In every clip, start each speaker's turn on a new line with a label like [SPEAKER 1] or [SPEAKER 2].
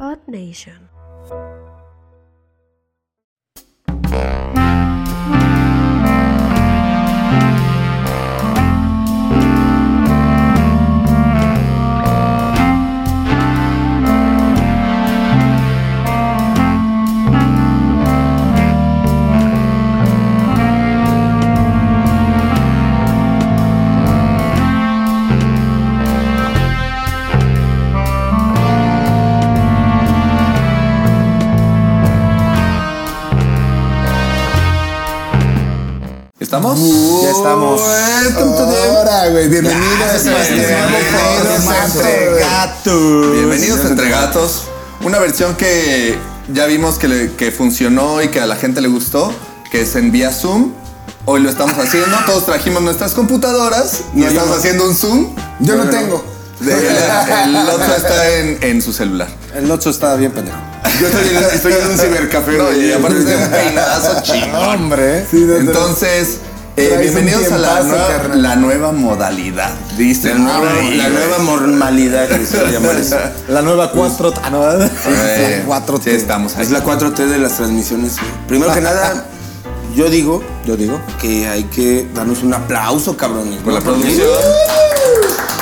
[SPEAKER 1] Earth Nation.
[SPEAKER 2] ¿Estamos?
[SPEAKER 3] Ya estamos. Ahora, güey. Bienvenidos a este nuevo
[SPEAKER 2] Bienvenidos
[SPEAKER 3] formato,
[SPEAKER 2] entre
[SPEAKER 3] güey.
[SPEAKER 2] gatos. Bienvenidos a entre gatos. Una versión que ya vimos que, le- que funcionó y que a la gente le gustó, que es en vía Zoom. Hoy lo estamos haciendo, todos trajimos nuestras computadoras y
[SPEAKER 3] No, yo
[SPEAKER 2] estamos
[SPEAKER 3] no.
[SPEAKER 2] haciendo un Zoom.
[SPEAKER 3] Yo no tengo.
[SPEAKER 2] De- el otro está en, en su celular.
[SPEAKER 3] El Lotso estaba bien pendejo.
[SPEAKER 2] Yo estoy en, un cibercafé. y aparte es de un peinazo chingón.
[SPEAKER 3] Hombre.
[SPEAKER 2] Entonces, eh,
[SPEAKER 3] Traes un
[SPEAKER 2] bienvenidos a la
[SPEAKER 3] tiempazo,
[SPEAKER 2] nueva,
[SPEAKER 3] carnal.
[SPEAKER 2] la nueva modalidad. Dice,
[SPEAKER 4] La nueva,
[SPEAKER 2] Ay,
[SPEAKER 4] la
[SPEAKER 2] güey.
[SPEAKER 4] nueva normalidad, que se llama eso.
[SPEAKER 3] La nueva 4. Ah, no.
[SPEAKER 2] Eh,
[SPEAKER 3] 4
[SPEAKER 2] sí, estamos ahí.
[SPEAKER 4] Es la 4T de las transmisiones. güey. Primero que nada, yo digo
[SPEAKER 3] Yo digo.
[SPEAKER 4] que hay que darnos un aplauso, cabrones.
[SPEAKER 2] Por la
[SPEAKER 4] Porque
[SPEAKER 2] producción.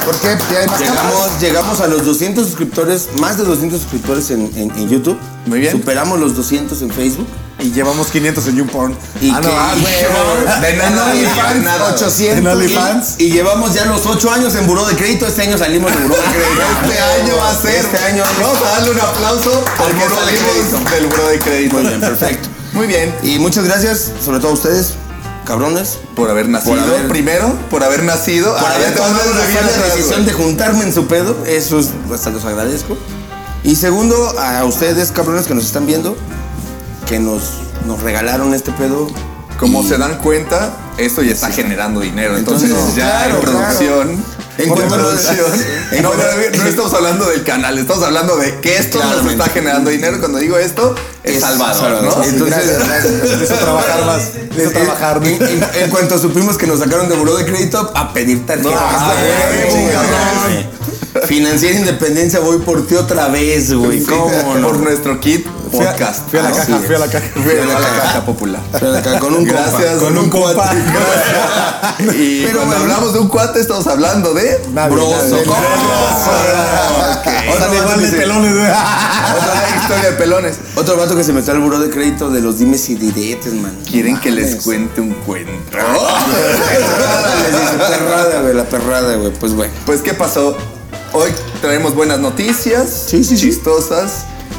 [SPEAKER 3] ¿Por qué? Ya hay más cámaras.
[SPEAKER 4] Llegamos, llegamos a los 200 suscriptores, más de 200 suscriptores en, en- en YouTube.
[SPEAKER 2] Muy bien.
[SPEAKER 4] Superamos los 200 en Facebook.
[SPEAKER 3] Y llevamos 500 en YouPorn.
[SPEAKER 4] Y
[SPEAKER 3] ah, no.
[SPEAKER 4] que-
[SPEAKER 3] Ah,
[SPEAKER 4] y
[SPEAKER 3] güey.
[SPEAKER 2] llevamos- de nada,
[SPEAKER 3] En
[SPEAKER 2] de nada.
[SPEAKER 3] OnlyFans, 800.
[SPEAKER 4] En
[SPEAKER 3] En OnlyFans.
[SPEAKER 4] Y, y llevamos ya los 8 años en Buró de Crédito. Este año salimos de Buró de Crédito.
[SPEAKER 2] Este año va a ser.
[SPEAKER 4] Este año.
[SPEAKER 2] Vamos a darle un aplauso al
[SPEAKER 4] buró de
[SPEAKER 2] salimos del buro de crédito.
[SPEAKER 4] Muy bien, perfecto.
[SPEAKER 2] Muy bien.
[SPEAKER 4] Y muchas gracias, sobre todo a ustedes, cabrones.
[SPEAKER 2] Por haber nacido.
[SPEAKER 4] haber-
[SPEAKER 2] primero, por haber nacido.
[SPEAKER 4] por
[SPEAKER 2] Ah, ya
[SPEAKER 4] haber
[SPEAKER 2] te vas a
[SPEAKER 4] tomado la
[SPEAKER 2] recibir
[SPEAKER 4] mala
[SPEAKER 2] atrás,
[SPEAKER 4] decisión
[SPEAKER 2] güey.
[SPEAKER 4] de juntarme en su pedo. Eso es, pues, hasta los agradezco. Y segundo, a ustedes, cabrones que nos están viendo, que nos, nos regalaron este pedo.
[SPEAKER 2] Como se dan cuenta, esto ya está generando dinero. Entonces,
[SPEAKER 4] Entonces,
[SPEAKER 2] ya
[SPEAKER 4] claro,
[SPEAKER 2] en producción.
[SPEAKER 4] En
[SPEAKER 2] por
[SPEAKER 4] cuanto a lo de-
[SPEAKER 2] producción. No, no, no estamos hablando del canal, estamos hablando de que esto nos
[SPEAKER 4] Claramente.
[SPEAKER 2] está generando dinero. Cuando digo esto, es,
[SPEAKER 4] Es
[SPEAKER 2] Salvador,
[SPEAKER 4] Salvador,
[SPEAKER 2] ¿no?
[SPEAKER 4] sí. Entonces-
[SPEAKER 3] Entonces, a trabajar más. Necesito
[SPEAKER 4] Eh,
[SPEAKER 3] trabajar.
[SPEAKER 4] En, en- en cuanto supimos que nos sacaron de buró de crédito, a pedir tarjeta.
[SPEAKER 2] No, eh,
[SPEAKER 4] Ah,
[SPEAKER 2] güey,
[SPEAKER 4] güey,
[SPEAKER 2] chingada
[SPEAKER 4] güey. Financiera Independencia, voy por ti otra vez, güey. ¿Cómo no?
[SPEAKER 2] Por nuestro kit
[SPEAKER 3] Fui a-
[SPEAKER 2] podcast.
[SPEAKER 3] Fui a la
[SPEAKER 2] Así
[SPEAKER 3] caja,
[SPEAKER 2] es.
[SPEAKER 3] fui a la caja.
[SPEAKER 2] Fui a la caja popular.
[SPEAKER 4] Pero acá Con un compa.
[SPEAKER 2] Gracias.
[SPEAKER 3] Con un compa.
[SPEAKER 2] Y
[SPEAKER 4] Pero
[SPEAKER 2] cuando
[SPEAKER 4] bueno.
[SPEAKER 2] hablamos de un cuate, estamos hablando de.
[SPEAKER 3] Nadie,
[SPEAKER 4] Broso.
[SPEAKER 3] nadie.
[SPEAKER 4] ¿Cómo?
[SPEAKER 2] Ok.
[SPEAKER 3] Otra
[SPEAKER 4] Otra
[SPEAKER 3] igual de
[SPEAKER 4] vez,
[SPEAKER 3] pelones. güey.
[SPEAKER 2] Otra historia de pelones.
[SPEAKER 4] Otro vato que se metió al buró de crédito de los dimes y diretes, man.
[SPEAKER 2] ¿Quieren que les cuente un cuento?
[SPEAKER 4] Perrada, les dice, perrada, güey, la perrada, güey. Pues bueno.
[SPEAKER 2] Pues, ¿qué pasó? Hoy traemos buenas noticias,
[SPEAKER 4] Sí, sí, sí.
[SPEAKER 2] chistosas.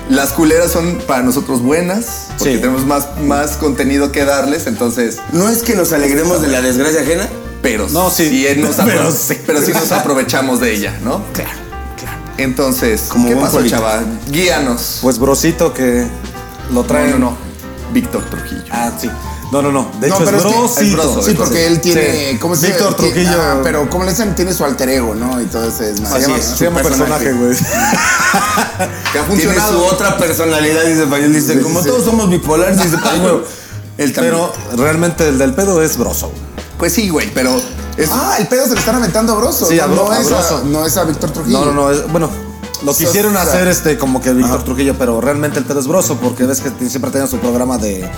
[SPEAKER 2] Las culeras son para nosotros buenas, porque
[SPEAKER 4] Sí.
[SPEAKER 2] tenemos más, más contenido que darles, entonces,
[SPEAKER 4] No es que nos alegremos de la desgracia ajena.
[SPEAKER 2] pero,
[SPEAKER 3] No, sí.
[SPEAKER 2] nos apro-
[SPEAKER 3] Pero sí.
[SPEAKER 2] pero sí nos aprovechamos de ella, ¿no? Claro, claro. Entonces,
[SPEAKER 4] Como
[SPEAKER 2] ¿qué
[SPEAKER 4] buen
[SPEAKER 2] pasó,
[SPEAKER 4] político.
[SPEAKER 2] chaval? Guíanos.
[SPEAKER 3] Pues brosito que lo
[SPEAKER 2] No,
[SPEAKER 3] traen.
[SPEAKER 2] no, no. Víctor Trujillo.
[SPEAKER 3] Ah, sí. No, no, no. De
[SPEAKER 5] No,
[SPEAKER 3] hecho,
[SPEAKER 5] pero
[SPEAKER 3] es
[SPEAKER 5] es que-
[SPEAKER 2] es
[SPEAKER 3] brosito.
[SPEAKER 2] broso.
[SPEAKER 4] Pues,
[SPEAKER 5] Sí, porque él tiene.
[SPEAKER 3] Sí.
[SPEAKER 5] ¿Cómo se dice?
[SPEAKER 3] Víctor
[SPEAKER 5] Tiene-
[SPEAKER 3] Trujillo.
[SPEAKER 5] ah, pero como le dicen, tiene su alter ego, ¿no? Y todo ese es más.
[SPEAKER 3] Se llama, se llama personaje, güey.
[SPEAKER 2] ¿Qué ha
[SPEAKER 4] Tiene su
[SPEAKER 2] funcionado?
[SPEAKER 4] otra personalidad, dice Fayol. Dice, como
[SPEAKER 5] sí.
[SPEAKER 4] todos somos bipolares, dice Fayol.
[SPEAKER 3] El Pero realmente el del pedo es broso.
[SPEAKER 2] Pues sí, güey, pero es
[SPEAKER 5] Ah, el pedo se le están aventando a Broso.
[SPEAKER 3] Sí,
[SPEAKER 5] no,
[SPEAKER 3] a Bro-
[SPEAKER 5] no
[SPEAKER 3] a
[SPEAKER 5] es
[SPEAKER 3] Broso.
[SPEAKER 5] a, no es a Víctor Trujillo.
[SPEAKER 3] No, no, no. es- bueno, lo quisieron
[SPEAKER 5] o sea,
[SPEAKER 3] hacer este como que Víctor Trujillo, pero realmente el pedo es broso porque ves que t- siempre tenía su programa de,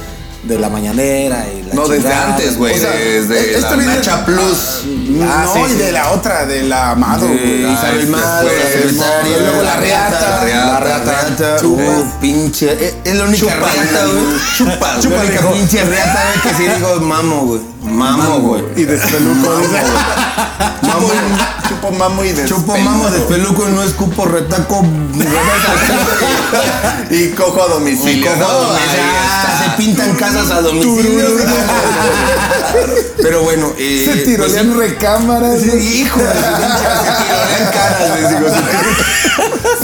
[SPEAKER 3] de la mañanera y la
[SPEAKER 2] no desde
[SPEAKER 3] chingada.
[SPEAKER 2] antes, güey,
[SPEAKER 5] O sea,
[SPEAKER 4] e-,
[SPEAKER 2] desde
[SPEAKER 5] esto
[SPEAKER 2] la
[SPEAKER 5] viene-
[SPEAKER 2] Nacha Plus.
[SPEAKER 3] Ah,
[SPEAKER 5] no,
[SPEAKER 3] sí,
[SPEAKER 5] y
[SPEAKER 3] sí.
[SPEAKER 5] de la otra, de la Amado, güey.
[SPEAKER 2] Ah,
[SPEAKER 4] Isabel
[SPEAKER 2] este
[SPEAKER 4] Madre,
[SPEAKER 2] fue-
[SPEAKER 4] la secretaria,
[SPEAKER 5] y luego la
[SPEAKER 4] La
[SPEAKER 5] reata.
[SPEAKER 4] pues, reata, la
[SPEAKER 2] La reata.
[SPEAKER 4] reata,
[SPEAKER 5] Chupa.
[SPEAKER 4] uh, pinche. eh, Es la única
[SPEAKER 2] Chupa,
[SPEAKER 4] reata, güey. Chupa,
[SPEAKER 3] Chupa,
[SPEAKER 4] La única
[SPEAKER 3] hijo.
[SPEAKER 4] pinche reata, güey, que sí digo, mamo, güey. Mamo, güey.
[SPEAKER 3] Y despeluco, dice.
[SPEAKER 4] Mamo,
[SPEAKER 2] Chupo mamo y de
[SPEAKER 4] Chupo mamo de peluco y no escupo retaco.
[SPEAKER 2] Y cojo a domicilio.
[SPEAKER 4] Cojo,
[SPEAKER 2] ¿no?
[SPEAKER 4] o sea,
[SPEAKER 2] Ahí
[SPEAKER 4] se pintan casas a domicilio. Pero bueno, eh,
[SPEAKER 5] Se tirolean
[SPEAKER 4] pues,
[SPEAKER 5] recámaras.
[SPEAKER 4] sí,
[SPEAKER 5] güey.
[SPEAKER 4] hijo de su pinche, se tirolean caras, les digo, se tirolean-
[SPEAKER 2] está.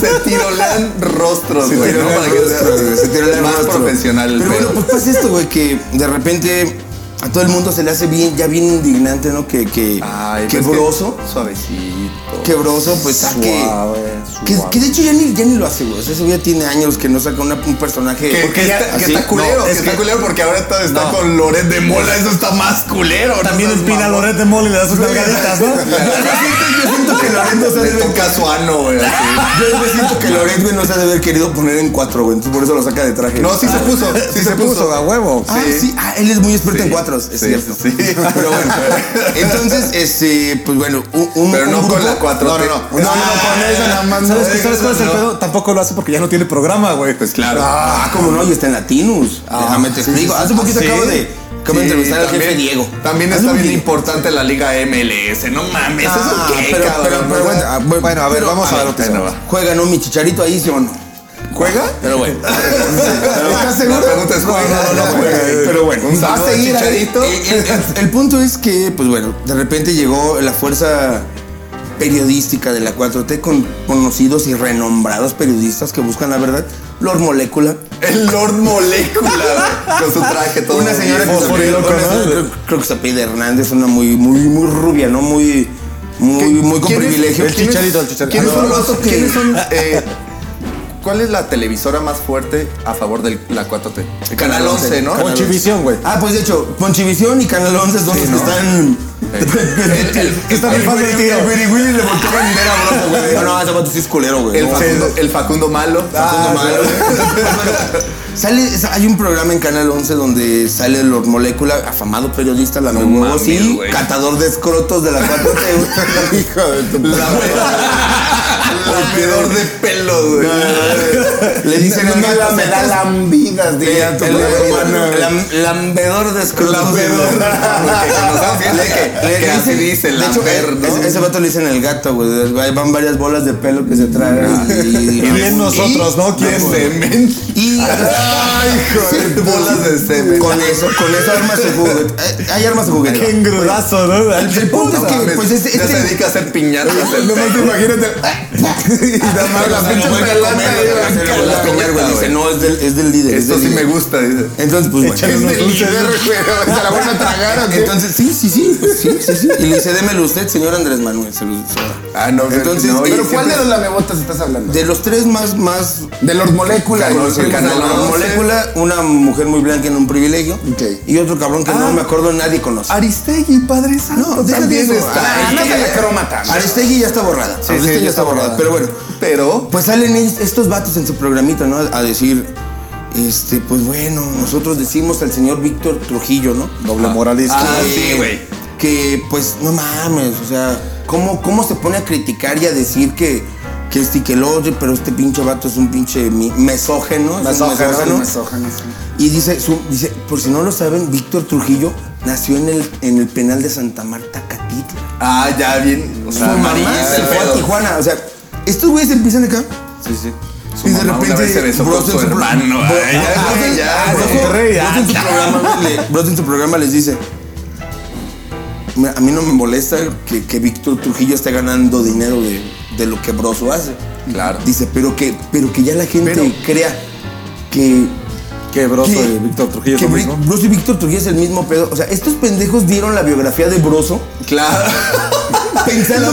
[SPEAKER 2] Se tirolean rostros, güey. ¿no?
[SPEAKER 4] tirolean
[SPEAKER 2] Para que
[SPEAKER 4] rostros, güey, se tirolean
[SPEAKER 2] más
[SPEAKER 4] rostros.
[SPEAKER 2] profesional.
[SPEAKER 4] Pero bueno, pues pasa esto, güey, que de repente a todo el mundo se le hace bien, ya bien indignante, ¿no? Que, que, que broso,
[SPEAKER 2] pues Suavecito.
[SPEAKER 4] que broso, pues saque.
[SPEAKER 3] Suave,
[SPEAKER 4] Que,
[SPEAKER 3] suave.
[SPEAKER 4] que de hecho ya ni, ya ni lo hace, güey. O sea, eso ya tiene años que no saca una- un personaje.
[SPEAKER 2] Que, que
[SPEAKER 4] ya-
[SPEAKER 2] está, que
[SPEAKER 4] así.
[SPEAKER 2] está culero,
[SPEAKER 4] No,
[SPEAKER 2] que
[SPEAKER 4] es
[SPEAKER 2] está
[SPEAKER 4] que-
[SPEAKER 2] culero porque ahora todo está
[SPEAKER 3] No.
[SPEAKER 2] con Loret de Mola, eso está más culero.
[SPEAKER 3] También
[SPEAKER 2] el
[SPEAKER 3] empina Loret de Mol y le da sus nalgaditas, ¿no?
[SPEAKER 4] Yo siento que Loreto se ha
[SPEAKER 2] Le
[SPEAKER 4] de ver.
[SPEAKER 2] toca su ano, güey. así.
[SPEAKER 4] Yo después siento que Loreto güey, no se ha de haber querido poner en cuatro, güey. Entonces por eso lo saca de traje.
[SPEAKER 2] No, sí se puso, sí se puso.
[SPEAKER 3] a huevo.
[SPEAKER 4] Ah,
[SPEAKER 2] Sí.
[SPEAKER 4] sí, ah, él es muy experto
[SPEAKER 2] Sí,
[SPEAKER 4] en cuatros, es
[SPEAKER 2] sí,
[SPEAKER 4] cierto.
[SPEAKER 2] sí.
[SPEAKER 4] Pero bueno, entonces, este, pues bueno, un. un-
[SPEAKER 2] Pero no
[SPEAKER 4] un
[SPEAKER 2] con
[SPEAKER 4] grupo-
[SPEAKER 2] la 4T.
[SPEAKER 4] No, no, no.
[SPEAKER 5] No, no, con eso nada más.
[SPEAKER 3] ¿Sabes,
[SPEAKER 5] no.
[SPEAKER 3] qué- ¿sabes cuál es el
[SPEAKER 2] no.
[SPEAKER 3] pedo? Tampoco lo hace porque ya no tiene programa, güey.
[SPEAKER 2] Pues claro.
[SPEAKER 4] Ah, como no, y está en Latinus. Déjame te explico. Hace poquito
[SPEAKER 2] Ah, ¿Sí?
[SPEAKER 4] acabo de. Acabo de
[SPEAKER 2] Sí,
[SPEAKER 4] entrevistar al
[SPEAKER 2] también-
[SPEAKER 4] jefe Diego.
[SPEAKER 2] También
[SPEAKER 4] Hace
[SPEAKER 2] está
[SPEAKER 4] un
[SPEAKER 2] bien
[SPEAKER 4] poquito.
[SPEAKER 2] importante la liga MLS. No mames,
[SPEAKER 4] Ah,
[SPEAKER 2] eso qué,
[SPEAKER 4] pero-
[SPEAKER 2] cabrón.
[SPEAKER 4] pero- pero
[SPEAKER 2] O sea,
[SPEAKER 4] bueno, ah, bueno,
[SPEAKER 3] Bueno, a ver,
[SPEAKER 4] pero-
[SPEAKER 3] vamos a ver lo que
[SPEAKER 2] bueno,
[SPEAKER 3] se-
[SPEAKER 2] va.
[SPEAKER 4] Juega, ¿no? Mi chicharito ahí, sí o no.
[SPEAKER 2] ¿Juega?
[SPEAKER 4] Pero bueno.
[SPEAKER 5] ¿Estás
[SPEAKER 2] La
[SPEAKER 5] seguro?
[SPEAKER 2] pregunta es ¿juega? No, no, juega. Pero bueno, un
[SPEAKER 5] ¿Va a
[SPEAKER 2] saludo a
[SPEAKER 5] seguir ahí?
[SPEAKER 2] Chicharito.
[SPEAKER 4] Eh, El, el- el punto es que, pues bueno, de repente llegó la fuerza periodística de la 4T con conocidos y renombrados periodistas que buscan la verdad. Lord Molécula.
[SPEAKER 2] El Lord Molecula, güey, con su traje todo.
[SPEAKER 4] Una señora que se
[SPEAKER 2] uniforme.
[SPEAKER 4] apellida-
[SPEAKER 3] loco,
[SPEAKER 4] una
[SPEAKER 3] ¿no?
[SPEAKER 4] señora- creo que se apellida Hernández, una muy, muy, muy rubia, ¿no? Muy, muy, muy con
[SPEAKER 2] ¿Quién es-
[SPEAKER 4] privilegio.
[SPEAKER 2] quién es-
[SPEAKER 3] chicharito, el chicharito.
[SPEAKER 2] ¿Quiénes
[SPEAKER 3] Ah,
[SPEAKER 2] son
[SPEAKER 4] no,
[SPEAKER 2] los-
[SPEAKER 4] no, que-
[SPEAKER 2] quiénes son, eh, ¿Cuál es la televisora más fuerte a favor de la 4T? Canal 11, ¿no?
[SPEAKER 4] Canal
[SPEAKER 3] Ponchivisión, güey.
[SPEAKER 4] Ah, pues de hecho, Ponchivisión y Canal 11 son los que están.
[SPEAKER 2] El- el-
[SPEAKER 4] que están
[SPEAKER 2] el-
[SPEAKER 4] rifando el tiro.
[SPEAKER 2] el
[SPEAKER 4] Willy le volteó bandera brosa, güey. No, no, ese vato sí es culero, güey.
[SPEAKER 2] El
[SPEAKER 4] No,
[SPEAKER 2] Facundo, el Facundo Malo. Ah,
[SPEAKER 4] Facundo Malo, güey. Pues bueno, Sale, hay un programa en Canal 11 donde sale Lord Molécula, afamado periodista, la no
[SPEAKER 2] mames,
[SPEAKER 4] sí,
[SPEAKER 2] güey.
[SPEAKER 4] catador de escrotos de la 4T. Hijo de tu
[SPEAKER 2] Lamedor de pelos, güey.
[SPEAKER 4] Le dicen
[SPEAKER 5] No,
[SPEAKER 4] en
[SPEAKER 5] no,
[SPEAKER 4] gato,
[SPEAKER 5] me da lambidas, diría tu
[SPEAKER 4] El-
[SPEAKER 5] hermano.
[SPEAKER 4] el- lam- Lambedor de escrotos.
[SPEAKER 2] Lambedor. Porque conocemos gente que- que así dice,
[SPEAKER 4] de hecho,
[SPEAKER 2] lamber, ¿no?
[SPEAKER 4] ese, ese vato le dicen el gato, güey. Ahí Van varias bolas de pelo que se tragan. Y,
[SPEAKER 3] bien nosotros, ¿no? ¿Quién,
[SPEAKER 2] De
[SPEAKER 3] güey?
[SPEAKER 2] semen.
[SPEAKER 4] Y
[SPEAKER 2] Ay, joder, bolas de semen.
[SPEAKER 4] con eso, con eso armas de juguete. Hay- Hay armas de juguete.
[SPEAKER 3] Qué engrudazo, ¿no?
[SPEAKER 4] El punto es que,
[SPEAKER 2] Mames,
[SPEAKER 4] pues, este,
[SPEAKER 2] Ya se
[SPEAKER 4] este,
[SPEAKER 2] dedica a hacer piñatas. el
[SPEAKER 5] Nomás
[SPEAKER 2] pez.
[SPEAKER 5] imagínate.
[SPEAKER 4] Pero
[SPEAKER 2] la
[SPEAKER 4] se lo
[SPEAKER 2] pinche
[SPEAKER 4] vuelve a
[SPEAKER 2] pelota
[SPEAKER 4] comer,
[SPEAKER 2] ahí,
[SPEAKER 4] se lo
[SPEAKER 2] la
[SPEAKER 4] vuelve a
[SPEAKER 2] cara,
[SPEAKER 4] comer, güey.
[SPEAKER 2] güey.
[SPEAKER 4] Dice, no, es del, es del líder. es
[SPEAKER 2] Esto
[SPEAKER 4] del
[SPEAKER 2] sí me
[SPEAKER 4] líder.
[SPEAKER 2] gusta, dice.
[SPEAKER 4] Entonces, pues, bueno.
[SPEAKER 3] Échale unos dulces.
[SPEAKER 5] ¿Se la van a tragar o qué?
[SPEAKER 4] Entonces, sí, sí, sí, pues, sí, sí, sí. Y le dice, démelo usted, señor Andrés Manuel. se lo- se lo da.
[SPEAKER 2] Ah, no, creo
[SPEAKER 4] Entonces,
[SPEAKER 2] que no,
[SPEAKER 4] pero
[SPEAKER 2] y
[SPEAKER 5] ¿Pero cuál
[SPEAKER 2] siempre-
[SPEAKER 5] de los lamebotas estás hablando?
[SPEAKER 4] De los tres más, más...
[SPEAKER 5] De los moléculas.
[SPEAKER 2] Claro, sí,
[SPEAKER 5] ¿no?
[SPEAKER 2] claro. Canal
[SPEAKER 4] una
[SPEAKER 2] 11.
[SPEAKER 4] molécula, una mujer muy blanca en un privilegio.
[SPEAKER 5] Ok.
[SPEAKER 4] Y otro cabrón que no me acuerdo, nadie
[SPEAKER 2] Ah,
[SPEAKER 4] conoce.
[SPEAKER 2] Aristegui, padre santo.
[SPEAKER 4] No, déjate
[SPEAKER 2] también
[SPEAKER 4] eso.
[SPEAKER 2] está.
[SPEAKER 5] Ah, no se la quiero matar.
[SPEAKER 4] Aristegui ya está borrada. Aristegui
[SPEAKER 2] sí,
[SPEAKER 4] ya está borrada. Pero bueno,
[SPEAKER 2] Pero.
[SPEAKER 4] pues salen es- estos vatos en su programita, ¿no? A decir, este, pues bueno, nosotros decimos al señor Víctor Trujillo, ¿no?
[SPEAKER 3] Doble moralista.
[SPEAKER 2] Ah,
[SPEAKER 4] Que-
[SPEAKER 2] sí, güey.
[SPEAKER 4] Que, pues, no mames, o sea, ¿cómo, cómo se pone a criticar y a decir que, que este y que el otro, pero este pinche vato es un pinche mi- mesógeno? es un
[SPEAKER 5] Mesógenos, mesógenos.
[SPEAKER 4] Y dice, su- dice, por si no lo saben, Víctor Trujillo nació en el, en el penal de Santa Marta, Catitla.
[SPEAKER 2] Ah, ya bien. O
[SPEAKER 4] Su mamá
[SPEAKER 2] es
[SPEAKER 4] se
[SPEAKER 2] el
[SPEAKER 4] fue a
[SPEAKER 2] pedo.
[SPEAKER 4] Tijuana. O sea, estos güeyes empiezan acá.
[SPEAKER 2] Sí, sí. Su
[SPEAKER 4] Y de
[SPEAKER 2] mamá
[SPEAKER 4] repente
[SPEAKER 2] una vez se besó con
[SPEAKER 4] brotan
[SPEAKER 2] su
[SPEAKER 4] su-
[SPEAKER 2] hermano.
[SPEAKER 4] bro-
[SPEAKER 2] Ay,
[SPEAKER 4] Ah,
[SPEAKER 2] ya, güey, ya,
[SPEAKER 4] ah,
[SPEAKER 2] güey.
[SPEAKER 4] brotan-
[SPEAKER 3] Monterrey,
[SPEAKER 4] brotan
[SPEAKER 3] ah.
[SPEAKER 4] su programa, güey, le- brotan su programa les dice. "Mira, a mí no me molesta que, que Víctor Trujillo esté ganando dinero de, de lo que Broso hace.
[SPEAKER 2] Claro.
[SPEAKER 4] Dice, pero que, pero que ya la gente
[SPEAKER 2] Pero-
[SPEAKER 4] crea que
[SPEAKER 3] Qué broso
[SPEAKER 4] ¿Qué?
[SPEAKER 3] de Víctor Trujillo.
[SPEAKER 4] que
[SPEAKER 3] es lo
[SPEAKER 4] Bri-
[SPEAKER 3] mismo.
[SPEAKER 4] Broso y Víctor Trujillo es el mismo pedo. O sea, estos pendejos dieron la biografía de Broso
[SPEAKER 2] Claro.
[SPEAKER 4] pensando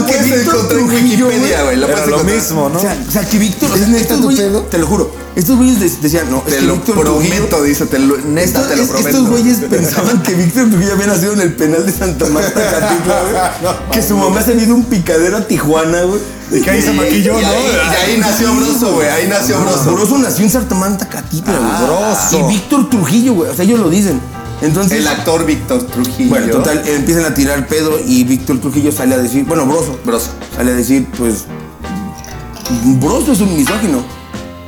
[SPEAKER 2] La
[SPEAKER 4] que
[SPEAKER 2] puedes
[SPEAKER 4] Víctor
[SPEAKER 2] encontrar en
[SPEAKER 4] Trujillo,
[SPEAKER 2] Wikipedia, güey.
[SPEAKER 4] güey.
[SPEAKER 2] La
[SPEAKER 3] Era
[SPEAKER 2] puedes
[SPEAKER 3] lo
[SPEAKER 2] encontrar.
[SPEAKER 3] mismo, ¿no?
[SPEAKER 4] O sea, o sea, que Víctor, es
[SPEAKER 5] neta tu pedo?
[SPEAKER 4] te lo juro. Estos güeyes de- decían, no, es
[SPEAKER 2] Te
[SPEAKER 4] que
[SPEAKER 2] lo
[SPEAKER 4] Víctor Trujillo-
[SPEAKER 2] prometo, dice. Te lo, neta,
[SPEAKER 4] Estos-
[SPEAKER 2] te lo
[SPEAKER 4] es-
[SPEAKER 2] prometo.
[SPEAKER 4] Estos güeyes pensaban que Víctor Trujillo había nacido en el penal de Santa Marta, Catitla, güey. que su mamá se había ido un picadero a Tijuana, güey.
[SPEAKER 3] Y que ahí se maquilló,
[SPEAKER 2] Y
[SPEAKER 3] ¿no?
[SPEAKER 2] ahí, y ahí nació Broso, güey. Ahí nació Broso.
[SPEAKER 4] Broso nació en Santa Marta, Catitla, güey.
[SPEAKER 3] Ah.
[SPEAKER 4] Y Víctor Trujillo, güey. O sea, ellos lo dicen. Entonces,
[SPEAKER 2] El actor Víctor Trujillo.
[SPEAKER 4] Bueno, total, empiezan a tirar pedo y Víctor Trujillo sale a decir, bueno, Broso,
[SPEAKER 2] Broso.
[SPEAKER 4] sale a decir, pues, Broso es un misógino.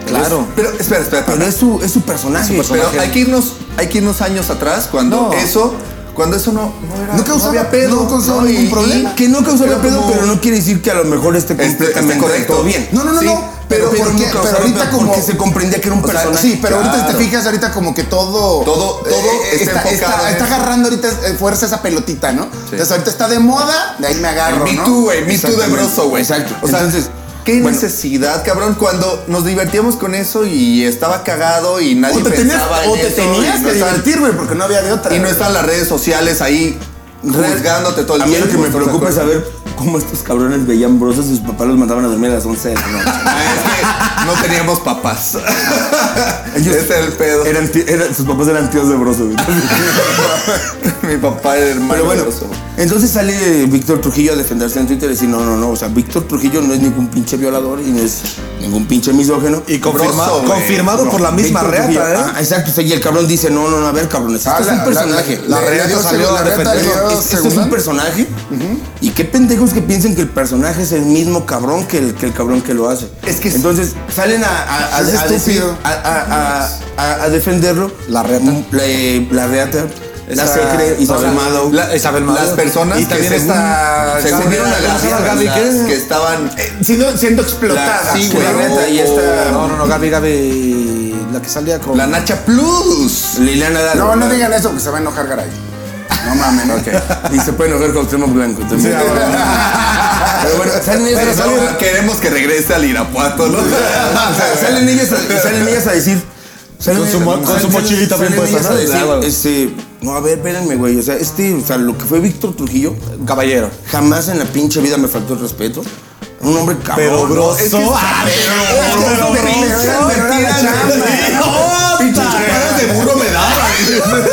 [SPEAKER 3] Claro.
[SPEAKER 2] Pero espera, espera,
[SPEAKER 4] Pero
[SPEAKER 2] espera.
[SPEAKER 4] es su, es su personaje.
[SPEAKER 2] Pero hay que irnos, hay que irnos años atrás cuando
[SPEAKER 3] No.
[SPEAKER 2] eso, cuando eso no, no era,
[SPEAKER 5] No causaba-
[SPEAKER 2] había pedo,
[SPEAKER 5] no causaba
[SPEAKER 2] y-
[SPEAKER 5] ningún
[SPEAKER 4] Y
[SPEAKER 5] problema.
[SPEAKER 4] que no causaba
[SPEAKER 2] Era
[SPEAKER 4] pedo,
[SPEAKER 2] como-
[SPEAKER 4] pero no quiere decir que a lo mejor esté
[SPEAKER 2] Esté- esté
[SPEAKER 4] completamente
[SPEAKER 2] Este, correcto.
[SPEAKER 4] todo bien.
[SPEAKER 5] No, no, no,
[SPEAKER 2] Sí,
[SPEAKER 5] no. Pero,
[SPEAKER 4] pero
[SPEAKER 5] ¿por
[SPEAKER 4] no
[SPEAKER 5] qué?
[SPEAKER 4] causaba
[SPEAKER 5] pero ahorita
[SPEAKER 4] pedo
[SPEAKER 5] como.
[SPEAKER 4] porque se comprendía que era un
[SPEAKER 5] O sea,
[SPEAKER 4] personaje.
[SPEAKER 5] sí, pero ahorita si
[SPEAKER 2] Claro.
[SPEAKER 5] te fijas, ahorita como que todo.
[SPEAKER 2] Todo- todo
[SPEAKER 5] eh,
[SPEAKER 2] está
[SPEAKER 5] está,
[SPEAKER 2] enfocado
[SPEAKER 5] está-
[SPEAKER 2] en
[SPEAKER 5] está
[SPEAKER 2] eso.
[SPEAKER 5] agarrando ahorita eh, fuerza esa pelotita, ¿no? Entonces ahorita está de moda, de ahí me agarro.
[SPEAKER 2] Me
[SPEAKER 5] ¿no?
[SPEAKER 2] Too, güey, Me Too de
[SPEAKER 5] Exactamente.
[SPEAKER 2] Broso, güey.
[SPEAKER 4] Exacto.
[SPEAKER 2] O sea,
[SPEAKER 4] Entonces,
[SPEAKER 2] qué
[SPEAKER 4] bueno.
[SPEAKER 2] necesidad, cabrón, cuando nos divertíamos con eso y estaba cagado y nadie
[SPEAKER 5] O te tenías,
[SPEAKER 2] pensaba en
[SPEAKER 5] o te
[SPEAKER 2] eso
[SPEAKER 5] tenías
[SPEAKER 2] y no
[SPEAKER 5] que
[SPEAKER 2] están-
[SPEAKER 5] divertir, güey, porque no había de otra.
[SPEAKER 2] y no están las redes sociales ahí juzgándote todo el
[SPEAKER 4] A mí
[SPEAKER 2] tiempo.
[SPEAKER 4] lo que me
[SPEAKER 2] ¿estás de
[SPEAKER 4] preocupa es
[SPEAKER 2] acuerdo?
[SPEAKER 4] saber cómo estos cabrones veían Broso y sus papás los mandaban a dormir a las 11 de la noche.
[SPEAKER 2] Ah, es que no teníamos papás. Ese era el pedo.
[SPEAKER 4] Eran ti- eran- sus papás eran tíos de Broso. güey.
[SPEAKER 2] Mi papá era hermano.
[SPEAKER 4] Pero bueno,
[SPEAKER 2] de Broso.
[SPEAKER 4] entonces sale Víctor Trujillo a defenderse en Twitter y decir, no, no, no, o sea, Víctor Trujillo no es ningún pinche violador y no es ningún pinche misógeno.
[SPEAKER 3] Y confirma-
[SPEAKER 2] Broso, güey.
[SPEAKER 3] confirmado Ah, por la misma
[SPEAKER 4] Víctor Trujillo,
[SPEAKER 3] reata, ¿eh?
[SPEAKER 4] ah, exacto, o sea, y el cabrón dice, no, no, no, a ver, cabrón, este
[SPEAKER 5] Ah,
[SPEAKER 4] es
[SPEAKER 5] la-
[SPEAKER 4] un
[SPEAKER 5] la-
[SPEAKER 4] personaje.
[SPEAKER 5] la- la-
[SPEAKER 4] reata
[SPEAKER 5] la- la-
[SPEAKER 4] salió a
[SPEAKER 5] la- la-
[SPEAKER 4] defenderlo.
[SPEAKER 5] la- la-
[SPEAKER 4] Este es
[SPEAKER 5] segunda.
[SPEAKER 4] un personaje. Y qué pendejos que piensen que el personaje es el mismo cabrón que el, que el cabrón que lo hace.
[SPEAKER 2] Es que-
[SPEAKER 4] Entonces salen a, a- a-
[SPEAKER 5] Es
[SPEAKER 4] a decir-
[SPEAKER 5] estúpido.
[SPEAKER 4] a- a- a- a- a defenderlo.
[SPEAKER 3] La reata.
[SPEAKER 4] La, la reata. La
[SPEAKER 2] Esa-
[SPEAKER 4] secre, Isabel
[SPEAKER 2] o sea,
[SPEAKER 4] Mado.
[SPEAKER 2] la-
[SPEAKER 3] Isabel Mado.
[SPEAKER 2] Las personas
[SPEAKER 3] Y
[SPEAKER 2] que
[SPEAKER 3] también
[SPEAKER 2] según-
[SPEAKER 3] está-
[SPEAKER 2] se
[SPEAKER 3] Gaby,
[SPEAKER 2] unieron a
[SPEAKER 3] ¿cómo
[SPEAKER 2] las,
[SPEAKER 3] se llama? Gaby,
[SPEAKER 2] las
[SPEAKER 3] ¿qué?
[SPEAKER 2] que estaban...
[SPEAKER 5] Siendo, siendo
[SPEAKER 2] La-
[SPEAKER 5] explotada.
[SPEAKER 2] sí, güey.
[SPEAKER 4] La neta, y esta-
[SPEAKER 3] No, no, no, Gaby, Gaby, la que salía con.
[SPEAKER 2] La Nacha Plus.
[SPEAKER 4] Liliana Dalo.
[SPEAKER 5] No, no digan eso, que se va a enojar Garay. No mames. no.
[SPEAKER 4] Y se puede enojar con Extremo Blanco también. Pero bueno, salen ellas,
[SPEAKER 2] Pero
[SPEAKER 4] a- salen,
[SPEAKER 2] no, queremos que regrese al Irapuato, ¿no?
[SPEAKER 4] salen ellas a, salen ellas a decir. salen
[SPEAKER 3] Con su
[SPEAKER 4] ellas-
[SPEAKER 3] mo- con su
[SPEAKER 4] salen-
[SPEAKER 3] mochilita
[SPEAKER 4] salen
[SPEAKER 3] bien puesta,
[SPEAKER 4] ellas a
[SPEAKER 3] ¿no?
[SPEAKER 4] decir,
[SPEAKER 3] Ah, bueno.
[SPEAKER 4] este, no, a ver, espérenme, güey. O sea, este, o sea, lo que fue Víctor Trujillo,
[SPEAKER 3] Caballero.
[SPEAKER 4] jamás en la pinche vida me faltó el respeto. Un hombre cabrón.
[SPEAKER 3] Pero
[SPEAKER 4] ¿no?
[SPEAKER 3] Broso.
[SPEAKER 4] Es que-
[SPEAKER 3] ah,
[SPEAKER 4] pero
[SPEAKER 3] pero
[SPEAKER 4] Broso,
[SPEAKER 3] Broso,
[SPEAKER 4] me
[SPEAKER 3] pero
[SPEAKER 4] tira
[SPEAKER 3] la
[SPEAKER 4] la
[SPEAKER 3] chamba.
[SPEAKER 4] chamba.
[SPEAKER 2] Pinches caras de burro me daban.
[SPEAKER 4] pero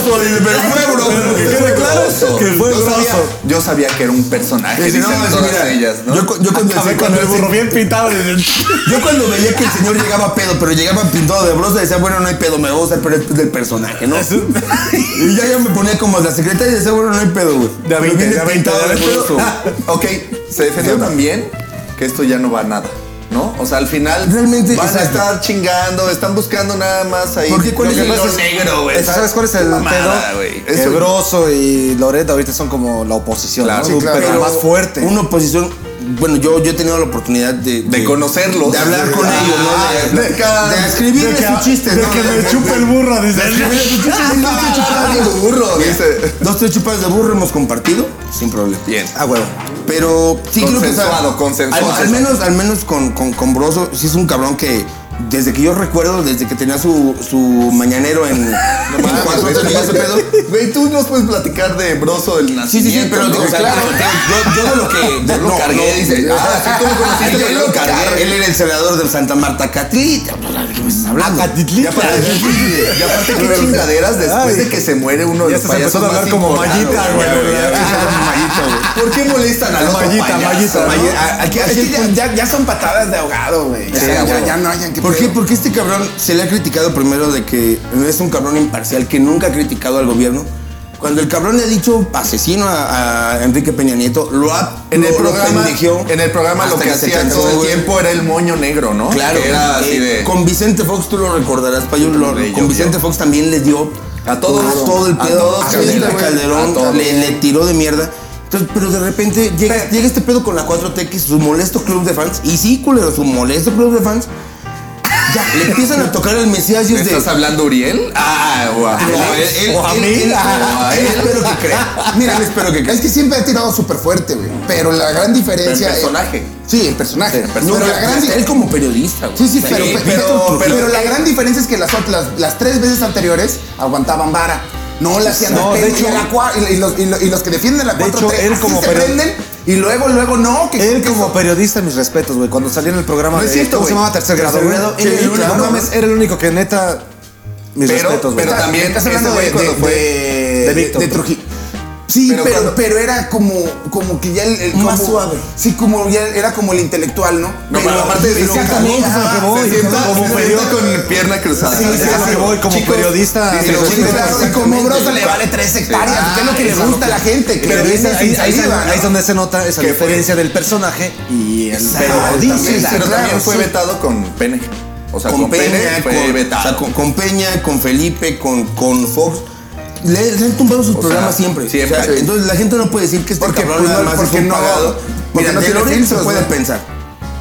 [SPEAKER 4] fue Broso.
[SPEAKER 3] Pero que quede claro que fue
[SPEAKER 2] yo sabía,
[SPEAKER 3] Broso.
[SPEAKER 2] yo sabía que era un personaje.
[SPEAKER 4] Sí, sí,
[SPEAKER 2] dicen
[SPEAKER 4] no, sí,
[SPEAKER 2] todas
[SPEAKER 4] mira,
[SPEAKER 2] ellas, ¿no?
[SPEAKER 4] Yo, cu- yo cuando
[SPEAKER 3] Acabé
[SPEAKER 4] decía-
[SPEAKER 3] con el
[SPEAKER 4] cuando
[SPEAKER 3] burro
[SPEAKER 4] decía-
[SPEAKER 3] bien pintado.
[SPEAKER 4] Yo cuando veía que el señor llegaba pedo, pero llegaba pintado de brosa, decía, bueno, no hay pedo, me voy a usar pero es del personaje, ¿no? Y ya, ya me ponía como la secretaria y decía, bueno, no hay pedo, güey.
[SPEAKER 3] De a
[SPEAKER 4] Pero
[SPEAKER 3] 20,
[SPEAKER 4] viene
[SPEAKER 3] de a 20,
[SPEAKER 4] pintado
[SPEAKER 3] de a 20.
[SPEAKER 4] broso.
[SPEAKER 2] ok, se defendió también que esto ya no va a nada, ¿no? O sea, al final
[SPEAKER 4] Realmente,
[SPEAKER 2] van
[SPEAKER 4] exacto.
[SPEAKER 2] a estar chingando, están buscando nada más ahí.
[SPEAKER 4] Porque cuál
[SPEAKER 2] lo
[SPEAKER 4] es el-
[SPEAKER 2] hilo
[SPEAKER 4] es-
[SPEAKER 2] negro, güey.
[SPEAKER 3] Es que, ¿Sabes cuál es el
[SPEAKER 2] Mamada,
[SPEAKER 3] pedo?
[SPEAKER 2] güey.
[SPEAKER 3] Que
[SPEAKER 2] Eso-
[SPEAKER 3] Broso y Loretta ahorita son como la oposición,
[SPEAKER 2] Claro,
[SPEAKER 3] ¿no?
[SPEAKER 2] sí, claro.
[SPEAKER 3] Pero más fuerte.
[SPEAKER 4] Una oposición, bueno, yo, yo he tenido la oportunidad de...
[SPEAKER 2] De conocerlos.
[SPEAKER 4] De hablar con
[SPEAKER 2] Ah,
[SPEAKER 4] ellos, ¿no? De,
[SPEAKER 2] de cada-
[SPEAKER 4] de escribirles sus chistes, ¿no?
[SPEAKER 3] chupe el burro, dice.
[SPEAKER 4] Escribirles sus chistes,
[SPEAKER 2] Ah,
[SPEAKER 4] dos, tres chupadas de
[SPEAKER 2] de burro, dice.
[SPEAKER 4] Dos, tres chupadas de burro hemos compartido, sin problema.
[SPEAKER 2] Bien.
[SPEAKER 4] Ah, huevo. Pero sí creo que...
[SPEAKER 2] Consensuado,
[SPEAKER 4] sabe-
[SPEAKER 2] consensuado.
[SPEAKER 4] Al, al menos, al menos con, con, con Broso, sí es un cabrón que... Desde que yo recuerdo, desde que tenía su, su mañanero en, en
[SPEAKER 2] mames,
[SPEAKER 4] cuatro
[SPEAKER 2] güey,
[SPEAKER 4] tenía ese pedo.
[SPEAKER 2] Güey, tú nos puedes platicar de Broso del
[SPEAKER 4] Sí,
[SPEAKER 2] nacimiento.
[SPEAKER 4] sí, sí, pero
[SPEAKER 2] ¿no?
[SPEAKER 4] digo,
[SPEAKER 2] O sea,
[SPEAKER 4] claro, yo, yo de lo que...
[SPEAKER 2] Yo lo
[SPEAKER 4] no,
[SPEAKER 2] cargué,
[SPEAKER 4] no,
[SPEAKER 2] dice. Ah, sí, tú lo conociste,
[SPEAKER 4] yo
[SPEAKER 2] yo
[SPEAKER 4] lo
[SPEAKER 2] lo
[SPEAKER 4] cargué.
[SPEAKER 2] cargué.
[SPEAKER 4] Él era el senador del Santa Marta Catlit. ¿Qué me estás hablando?
[SPEAKER 2] Y aparte, y aparte, qué chingaderas después de que se muere uno de
[SPEAKER 3] Ya
[SPEAKER 2] los
[SPEAKER 3] se empezó
[SPEAKER 2] payasos
[SPEAKER 3] a hablar
[SPEAKER 2] más
[SPEAKER 3] como
[SPEAKER 2] importantes,
[SPEAKER 3] mallita, güey.
[SPEAKER 2] ¿Por qué molestan al otro
[SPEAKER 3] Mallita,
[SPEAKER 2] payaso,
[SPEAKER 3] mallita,
[SPEAKER 2] no?
[SPEAKER 3] mallita.
[SPEAKER 4] Aquí,
[SPEAKER 5] Es
[SPEAKER 4] aquí
[SPEAKER 5] que
[SPEAKER 4] el
[SPEAKER 5] ya, ya- ya son patadas de ahogado, güey. Ya,
[SPEAKER 2] Sí,
[SPEAKER 5] ya,
[SPEAKER 2] güey.
[SPEAKER 5] ya no hayan que.
[SPEAKER 4] ¿Por qué? Porque este cabrón se le ha criticado primero de que es un cabrón imparcial, que nunca ha criticado al gobierno. Cuando el cabrón le ha dicho asesino a, a Enrique Peña Nieto, lo ha
[SPEAKER 2] En el,
[SPEAKER 4] lo- lo
[SPEAKER 2] programa,
[SPEAKER 4] pendejeó
[SPEAKER 2] en el programa lo
[SPEAKER 4] hasta
[SPEAKER 2] que
[SPEAKER 4] se
[SPEAKER 2] hacía
[SPEAKER 4] cansó,
[SPEAKER 2] todo el
[SPEAKER 4] güey.
[SPEAKER 2] tiempo era el moño negro, ¿no?
[SPEAKER 4] Claro,
[SPEAKER 2] Que era así
[SPEAKER 4] eh,
[SPEAKER 2] de...
[SPEAKER 4] con Vicente Fox tú lo recordarás, Payo, lo-
[SPEAKER 2] Hombre,
[SPEAKER 4] con
[SPEAKER 2] yo-
[SPEAKER 4] Vicente
[SPEAKER 2] yo.
[SPEAKER 4] Fox también le dio
[SPEAKER 2] A todos.
[SPEAKER 4] a todo el
[SPEAKER 2] A
[SPEAKER 4] pedo, a,
[SPEAKER 2] todos,
[SPEAKER 4] Felipe
[SPEAKER 2] Calderón,
[SPEAKER 4] Calderón,
[SPEAKER 2] a todos.
[SPEAKER 4] Le, le tiró de mierda. Entonces, pero de repente llega, llega este pedo con la 4T, que es su molesto club de fans, y sí, culero, su molesto club de fans, ya, le empiezan a tocar el Mesías y
[SPEAKER 2] ¿Me
[SPEAKER 4] es de...
[SPEAKER 2] estás hablando Uriel? Ah, guau.
[SPEAKER 4] No, él- él-
[SPEAKER 3] ¿O a
[SPEAKER 4] él-
[SPEAKER 3] mí?
[SPEAKER 4] él- él-
[SPEAKER 2] ¿O a
[SPEAKER 4] él
[SPEAKER 2] Ah, él?
[SPEAKER 4] espero que crea. Mira,
[SPEAKER 5] Mira,
[SPEAKER 4] él espero que crea.
[SPEAKER 5] es que siempre ha tirado súper fuerte, güey. Pero la gran diferencia.
[SPEAKER 2] El personaje.
[SPEAKER 5] es- sí, el personaje.
[SPEAKER 4] No,
[SPEAKER 5] pero la gran
[SPEAKER 4] hasta
[SPEAKER 5] di-
[SPEAKER 4] él como periodista, güey.
[SPEAKER 5] Sí, sí,
[SPEAKER 4] O sea,
[SPEAKER 5] pero,
[SPEAKER 4] eh,
[SPEAKER 5] pero,
[SPEAKER 4] Víctor
[SPEAKER 5] pero
[SPEAKER 4] Trujillo.
[SPEAKER 5] la gran diferencia es que las, ot- las, las tres veces anteriores aguantaban vara. No la hacían
[SPEAKER 3] No,
[SPEAKER 5] al
[SPEAKER 3] de
[SPEAKER 5] pedo,
[SPEAKER 3] hecho-
[SPEAKER 5] y, la cua- y la- y los, y lo- y los que defienden la
[SPEAKER 3] De
[SPEAKER 5] 4
[SPEAKER 3] hecho, él como
[SPEAKER 5] se
[SPEAKER 3] peri-
[SPEAKER 5] prenden y luego, luego no. Que,
[SPEAKER 3] Él
[SPEAKER 5] que
[SPEAKER 3] como
[SPEAKER 5] eso-
[SPEAKER 3] periodista, mis respetos, güey. Cuando salió en el programa
[SPEAKER 2] No es
[SPEAKER 3] de-
[SPEAKER 2] cierto,
[SPEAKER 3] ¿cómo se
[SPEAKER 2] güey.
[SPEAKER 3] llamaba? Tercer grado.
[SPEAKER 4] Tercer
[SPEAKER 3] güey?
[SPEAKER 4] grado, él
[SPEAKER 3] Sí,
[SPEAKER 4] era el
[SPEAKER 3] claro,
[SPEAKER 4] único,
[SPEAKER 3] no mames, era el único que neta... Mis
[SPEAKER 2] Pero-
[SPEAKER 3] respetos, güey.
[SPEAKER 2] pero también
[SPEAKER 5] Estás
[SPEAKER 2] ese
[SPEAKER 5] hablando
[SPEAKER 2] güey
[SPEAKER 5] de-
[SPEAKER 2] cuando
[SPEAKER 5] de-
[SPEAKER 2] fue-
[SPEAKER 5] de-
[SPEAKER 3] de Víctor.
[SPEAKER 5] de Trujillo. Sí,
[SPEAKER 2] Pero
[SPEAKER 5] pero,
[SPEAKER 2] cuando-
[SPEAKER 5] pero, era como, como que ya el, el-
[SPEAKER 4] Más
[SPEAKER 5] como-
[SPEAKER 4] suave.
[SPEAKER 5] Sí, como ya era como el intelectual, ¿no?
[SPEAKER 2] No, pero aparte de
[SPEAKER 5] pero-
[SPEAKER 3] exactamente,
[SPEAKER 5] Ajá.
[SPEAKER 3] es a lo que voy.
[SPEAKER 2] Se sienta,
[SPEAKER 3] Como
[SPEAKER 2] se
[SPEAKER 3] periodista.
[SPEAKER 2] sienta con pierna cruzada.
[SPEAKER 5] Sí, sí,
[SPEAKER 3] Es a lo que voy, como
[SPEAKER 2] Chicos,
[SPEAKER 3] periodista,
[SPEAKER 2] sí,
[SPEAKER 3] mis
[SPEAKER 2] pero-
[SPEAKER 5] Sí,
[SPEAKER 3] respetos.
[SPEAKER 5] claro, y como brosa le vale tres hectáreas,
[SPEAKER 2] Sí.
[SPEAKER 5] que es lo que
[SPEAKER 2] Ah,
[SPEAKER 5] le
[SPEAKER 2] eso
[SPEAKER 5] gusta a la gente, que
[SPEAKER 3] Pero
[SPEAKER 5] le
[SPEAKER 3] ahí,
[SPEAKER 5] dice
[SPEAKER 3] ahí-
[SPEAKER 5] sin
[SPEAKER 3] ahí-
[SPEAKER 5] saliva,
[SPEAKER 3] ahí es
[SPEAKER 5] ¿no?
[SPEAKER 3] donde se nota esa
[SPEAKER 2] Que fue-
[SPEAKER 3] diferencia del personaje y el periodista.
[SPEAKER 2] Sí,
[SPEAKER 5] Sí,
[SPEAKER 2] pero
[SPEAKER 5] claro,
[SPEAKER 2] también fue
[SPEAKER 5] sí.
[SPEAKER 2] vetado con Pene. O sea, con,
[SPEAKER 4] con
[SPEAKER 2] Pene,
[SPEAKER 4] Peña,
[SPEAKER 2] fue
[SPEAKER 4] con,
[SPEAKER 2] vetado.
[SPEAKER 4] o sea, con- con Peña, con Felipe, con, con Fox. Le, le han tumbado sus
[SPEAKER 2] O sea,
[SPEAKER 4] programas siempre.
[SPEAKER 2] siempre.
[SPEAKER 4] O sea, entonces la gente no puede decir que este
[SPEAKER 5] Porque,
[SPEAKER 4] cabrón
[SPEAKER 5] pues,
[SPEAKER 4] nada
[SPEAKER 5] no,
[SPEAKER 4] más
[SPEAKER 5] porque
[SPEAKER 4] es un
[SPEAKER 5] no-
[SPEAKER 4] pagado.
[SPEAKER 5] porque
[SPEAKER 4] Mira,
[SPEAKER 5] no
[SPEAKER 4] de
[SPEAKER 5] tiene
[SPEAKER 4] Loret se
[SPEAKER 5] filtros,
[SPEAKER 4] puede
[SPEAKER 5] ¿no?
[SPEAKER 4] pensar.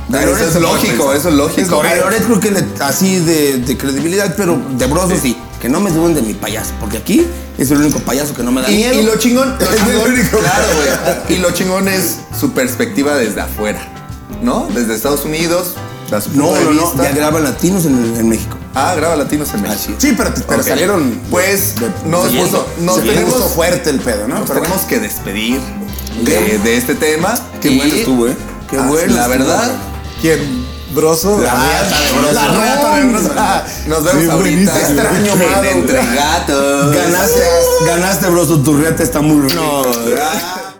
[SPEAKER 4] De
[SPEAKER 2] Pero
[SPEAKER 4] Loret
[SPEAKER 2] eso
[SPEAKER 4] se
[SPEAKER 2] es
[SPEAKER 4] puede
[SPEAKER 2] lógico,
[SPEAKER 4] pensar.
[SPEAKER 2] eso es lógico.
[SPEAKER 4] De Loret creo que le, así de, de credibilidad, pero de broso sí. Que no me suben de mi payaso, porque aquí es el único payaso que no me da
[SPEAKER 2] Y,
[SPEAKER 4] miedo.
[SPEAKER 2] y lo chingón, lo
[SPEAKER 4] Es el
[SPEAKER 2] chingón-
[SPEAKER 4] único.
[SPEAKER 2] claro, güey. Y lo chingón es su perspectiva desde afuera, ¿no? Desde Estados Unidos, la su
[SPEAKER 4] No,
[SPEAKER 2] punto
[SPEAKER 4] no,
[SPEAKER 2] de
[SPEAKER 4] no.
[SPEAKER 2] vista.
[SPEAKER 4] Ya graban latinos en, en México.
[SPEAKER 2] Ah, graba latinos en México.
[SPEAKER 5] Sí, pero, pero
[SPEAKER 2] Ok.
[SPEAKER 5] salieron.
[SPEAKER 2] Pues
[SPEAKER 5] de-
[SPEAKER 2] nos,
[SPEAKER 4] se
[SPEAKER 2] puso-
[SPEAKER 4] viene,
[SPEAKER 2] nos
[SPEAKER 4] se viene.
[SPEAKER 2] tenemos,
[SPEAKER 5] puso fuerte el pedo, ¿no?
[SPEAKER 2] nos
[SPEAKER 5] Pero
[SPEAKER 2] tenemos que despedir de, de este tema.
[SPEAKER 4] Qué
[SPEAKER 2] y-
[SPEAKER 4] bueno estuvo, ¿eh? Qué
[SPEAKER 2] Ah,
[SPEAKER 4] bueno
[SPEAKER 2] La
[SPEAKER 4] estuvo,
[SPEAKER 2] verdad,
[SPEAKER 4] cabrón.
[SPEAKER 3] ¿Quién? broso.
[SPEAKER 5] La
[SPEAKER 2] reata de
[SPEAKER 5] ronda.
[SPEAKER 2] bronce. Nos vemos
[SPEAKER 3] Sí,
[SPEAKER 2] ahorita.
[SPEAKER 3] buenísimo.
[SPEAKER 5] Extraño, mano.
[SPEAKER 2] Entre gatos.
[SPEAKER 4] Ganaste, ganaste, broso. Tu reata está muy rica.
[SPEAKER 2] Ah.